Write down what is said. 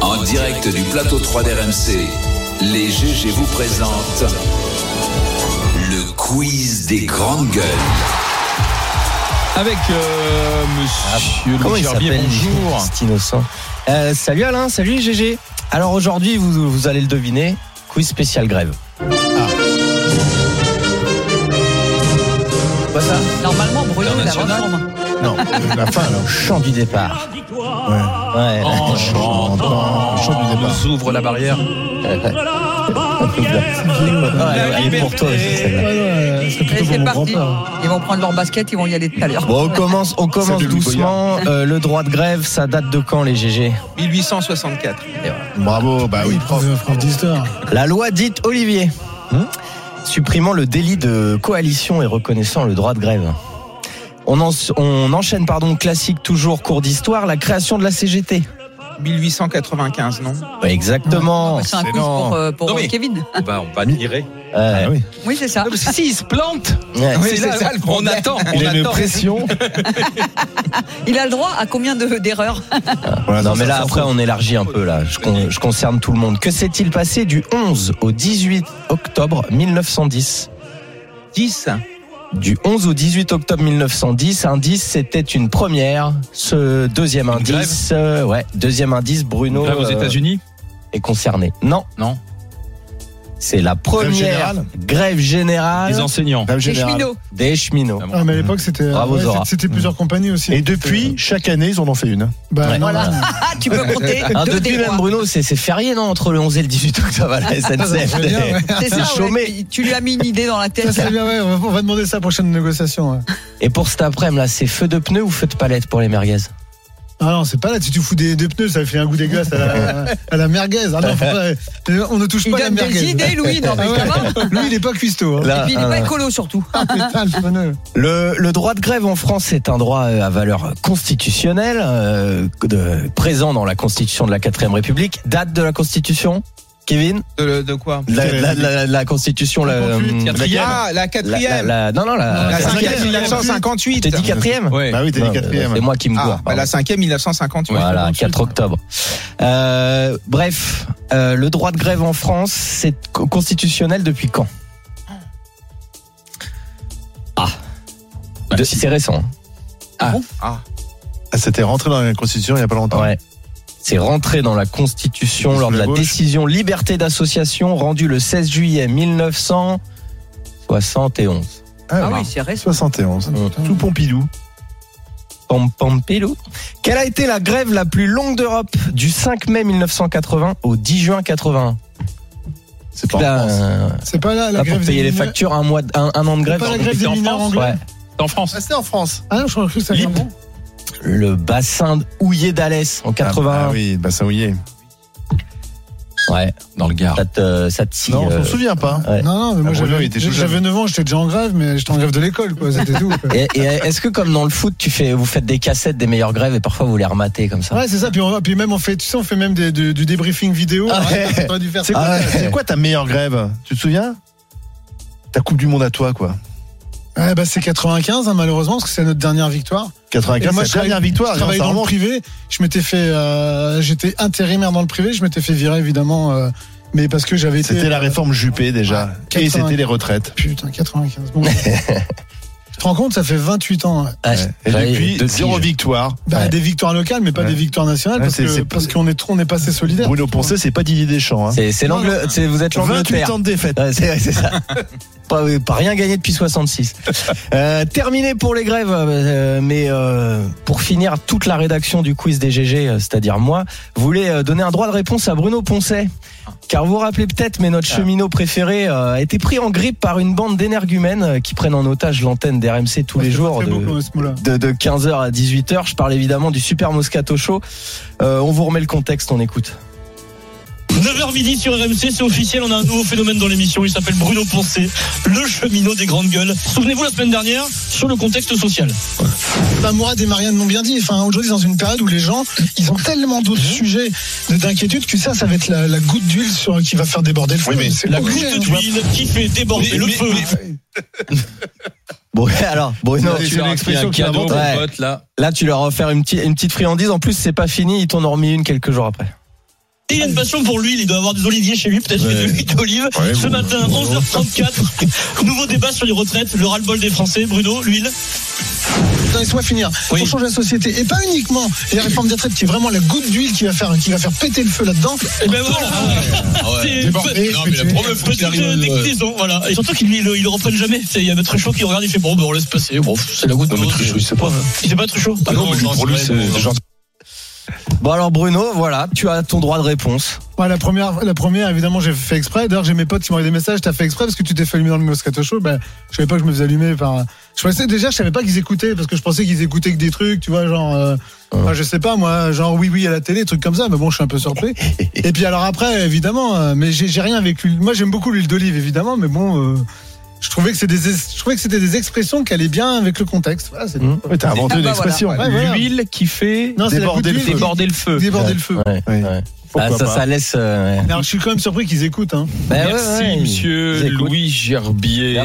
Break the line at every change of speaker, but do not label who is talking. En direct du plateau 3 d'RMC, les GG vous présentent le quiz des grandes gueules.
Avec euh, monsieur
Ah, Comment
Louis
il
Gerbier,
s'appelle
bonjour.
cet innocent Euh, Salut Alain, salut GG. Alors aujourd'hui, vous, vous allez le deviner, quiz spécial grève.
Ah.
Pas ça
Normalement, Bruno il avance
International.
en main.
Non, la fin alors. Chant du départ. Ouais.
En chantant,
du départ.
nous ouvre la barrière.
Ouais, elle est pour toi aussi, celle-là.
Allez, c'est parti. Ils vont prendre leur basket, ils vont y aller tout à l'heure.
Bon, on commence, on commence doucement. Euh, le droit de grève, ça date de quand les GG
1864.
Bravo, bah oui, prof. d'histoire.
La loi dite Olivier,
Hmm
supprimant le délit de coalition et reconnaissant le droit de grève. On, en- on enchaîne, pardon, classique toujours cours d'histoire, la création de la CGT.
1895, non
Ouais, exactement.
C'est un
c'est
quiz
non.
pour, euh, pour
Non, mais-
Kevin.
Ah
On
bah,
va, on va admirer.
Ouais.
Oui, c'est ça.
S'il se plante,
Euh, Ouais.
Ah c'est là, on attend. On attend.
Il a le droit à combien de- d'erreurs
Non, mais là, après, on élargit un peu, là. Je, con- je concerne tout le monde. Que s'est-il passé du 11 au 18 octobre 1910
10.
Du 11 au 18 octobre 1910, indice, c'était une première. Ce deuxième indice, euh, ouais, deuxième indice, Bruno.
Grève aux
euh,
États-Unis.
est concerné. Non.
Non.
C'est la première
générale
grève générale,
Les enseignants.
Les cheminots.
des cheminots.
Ah bon.
Ah, mais à l'époque, c'était
Bravo,
ouais,
Zora.
c'était- c'était plusieurs compagnies aussi. euh,
Et depuis, chaque année, ils en ont fait une.
Bah,
Ouais.
non,
Voilà.
non.
Ah, tu peux compter
Ah,
deux
depuis
des
même
mois.
Bruno, c'est c'est férié non entre le 11 et le 18 octobre à la SNCF.
C'est
C'est
ça, ouais,
chômé.
tu- tu lui as mis une idée dans la
Ça,
tête.
c'est bien, ouais, on va- on va demander ça à la prochaine négociation. hein. ouais.
Et pour cet après-midi là, c'est feu de pneu ou feu de palette pour les merguez
Ah non, c'est pas là, si tu fous des, des pneus, ça fait un goût dégueulasse à la, à la merguez. Ah non, faut pas- euh, on ne touche
Il
pas à la
donne des
merguez.
idées, Louis. Non, mais
Ah
ça va.
ouais. Lui, il est pas cuistot. hein.
Et puis, il n'est pas écolo, surtout.
Ah, putain, le pneu.
Le, le droit de grève en France est un droit euh, à valeur constitutionnelle, euh, de- présent dans la Constitution de la 4ème République. Date de la Constitution, Kevin
De, de quoi
la, la- la- la Constitution, la, euh, la-
Ah, la
la- la-
quatrième
la- non, non, la,
La
la
cinquième,
cinquième. Je
1958
t'ai dit quatrième
Ouais.
Bah oui, t'es
Non,
les quatrièmes.
C'est moi qui me
Ah,
gourre.
bah,
pardon.
la cinquième, 1958.
Voilà, 4 octobre. Euh, bref, euh, le droit de grève en France, c'est co- constitutionnel depuis quand Ah,
Bah,
De- c'est récent. hein.
Ah, C'était rentré dans la Constitution il n'y a pas longtemps.
Ouais. C'est rentré dans la Constitution
Sous
lors de
la
la
gauche.
décision Liberté d'association rendue le 16 juillet 1971.
Ah
ouais.
oui, c'est récent.
71. Tout Pompidou.
Pom, pom, pilou. Quelle a été la grève la plus longue d'Europe du 5 mai 1980 au 10 juin 81
C'est pas
Là,
en France.
euh,
C'est pas là, la
Là,
grève
pour
des
payer les
mineurs.
factures, un, mois, de- un, un an de grève.
pas la
pardon.
grève des
C'était en
mineurs
France
anglais
Ouais.
C'est en France.
Ah, c'était en France.
Ah non, je crois que ça vient
Lip.
bon.
Le bassin de houillé d'Alès en 81.
Ah, bah oui, bah ça mouillé.
Ouais,
Dans le Gard.
ça te, ça te scie,
Non, on
euh.
s'en souvient pas.
Ouais.
Non, non, mais moi
Ah, Bruno, il
j'avais
était tout
j'avais
jeune.
9 ans, j'étais déjà en grève, mais j'étais en grève de l'école, quoi, c'était tout. quoi.
Et, et est-ce que comme dans le foot, tu fais, vous faites des cassettes des meilleures grèves et parfois vous les rematez comme ça
Ouais, c'est ça, puis, on- puis même on fait, tu sais, on fait même des- du, du débriefing vidéo.
Ah
Ouais,
ouais.
t'aurais dû faire
C'est
ça.
quoi,
Ah
ta-
ouais.
c'est quoi ta meilleure grève Tu te souviens Ta Coupe du Monde à toi, quoi.
Ouais, bah, c'est 95, hein, malheureusement, parce que c'est notre dernière victoire. Et
95,
moi,
c'est
je
la dernière
travaille-
victoire.
je
non,
travaillais
Ah, ça
dans le
remonte.
privé, je m'étais fait, euh, j'étais intérimaire dans le privé, je m'étais fait virer évidemment, euh, mais parce que j'avais été.
C'était la réforme Juppé déjà.
Ouais,
Et
80.
c'était les retraites.
Putain, 95. Bon. tu te rends compte, ça fait 28 ans. hein. ouais.
Ah,
Ouais. Et
j'avais
depuis,
deux
zéro
piges.
victoire.
Bah,
Ouais.
Des victoires locales, mais pas
Ouais.
des victoires nationales,
Ouais,
parce
c'est-
que-
c'est-
parce qu'on est trop, on est pas assez solidaires.
Bruno Poncet, c'est pas Didier Deschamps. Hein.
C'est, c'est
Non,
l'angle,
non.
c'est- vous êtes
28
l'Angleterre.
ans de défaite.
Ouais, c'est, c'est ça. pas, pas rien gagné depuis 66. Euh, terminé pour les grèves, euh, mais euh, pour finir, toute la rédaction du quiz des GG, euh, c'est-à-dire moi, voulait euh, donner un droit de réponse à Bruno Poncet. Car vous vous rappelez peut-être, mais
Ah.
notre cheminot préféré euh, a été pris en grippe par une bande d'énergumènes euh, qui prennent en otage l'antenne d'RMC tous
Parce
les
que
jours.
Ah, c'est
de-
beau, quoi, ce mot-là.
de, 15h à 18h. Je parle évidemment du Super Moscato Show. Euh, on vous remet le contexte, on écoute.
9h midi sur RMC, c'est officiel, on a un nouveau phénomène dans l'émission, il s'appelle Bruno Poncet, le cheminot des grandes gueules. Souvenez-vous la semaine dernière sur le contexte social.
Bah, Mourad et Marianne m'ont bien dit. Enfin, aujourd'hui, c'est dans une période où les gens, ils ont tellement d'autres sujets de- d'inquiétude que ça, ça va être la, la goutte d'huile sur- qui va faire déborder le feu. C'est
La
obligé,
goutte
hein, tu vois.
d'huile qui fait déborder le feu.
Bon, alors, Bruno,
tu leur as fait un cadeau,
inventée.
mon
Ouais.
pote, là.
là, tu leur as offert une, petite- une petite friandise. En plus, c'est pas fini, ils t'en ont remis une quelques jours après.
Et il a une passion pour l'huile. Il doit avoir des oliviers chez lui, peut-être
Ouais.
de l'huile d'olive.
Ouais,
Ce
bon,
matin,
bon.
11h34, nouveau débat sur les retraites, le ras-le-bol des Français. Bruno, l'huile.
Laisse-moi finir.
Oui.
Pour changer la société. Et pas uniquement la réforme des retraites qui est vraiment la goutte d'huile qui va faire, qui va faire péter le feu là-dedans.
Et ben voilà.
Ah
C'est-
Débordé,
Non,
mais le problème, faut
Petite
qu'il arrive,
euh,
euh,
déclinaison, voilà. Et surtout qu'il lui, il, il le reprenne jamais. C'est- Il y a Maître Truchot qui regarde, il fait bon, ben on laisse passer. Bon, c'est la goutte
Non, mais Truchot, il sait pas.
Il sait pas Truchot
Ah non, mais lui, pour lui, c'est genre.
Bon alors Bruno, voilà, tu as ton droit de réponse.
Ouais, Bah, la première, la première, évidemment, j'ai fait exprès. D'ailleurs, j'ai mes potes qui m'ont envoyé des messages. T'as fait exprès parce que tu t'es fait allumer dans le Moscato Show. Ben, je savais pas que je me faisais allumer par. Je pensais déjà, je savais pas qu'ils écoutaient parce que je pensais qu'ils écoutaient que des trucs, tu vois, genre. euh, enfin, je sais pas moi, genre oui oui à la télé, des trucs comme ça. Mais bon, je suis un peu surpris. Et puis alors après, évidemment, euh, mais j'ai j'ai rien avec l'huile. Moi, j'aime beaucoup l'huile d'olive, évidemment, mais bon. euh, je trouvais que c'est des, je trouvais que c'était des expressions qui allaient bien avec le contexte. Voilà, c'est
Mhm.
Ouais, T'as inventé
Ah
une
bah
expression.
voilà. Ouais, voilà.
L'huile qui fait
Non, c'est la
Déborder
goutte
le
d'huile,
déborder le feu.
Déborder le feu.
Ouais,
Ouais.
ouais.
Pourquoi
Ah, ça,
pas.
ça laisse. euh, ouais.
Alors, je suis quand même surpris qu'ils écoutent. Hein.
Bah ouais,
Merci,
ouais, ils-
monsieur
ils écoutent.
Louis Gerbier.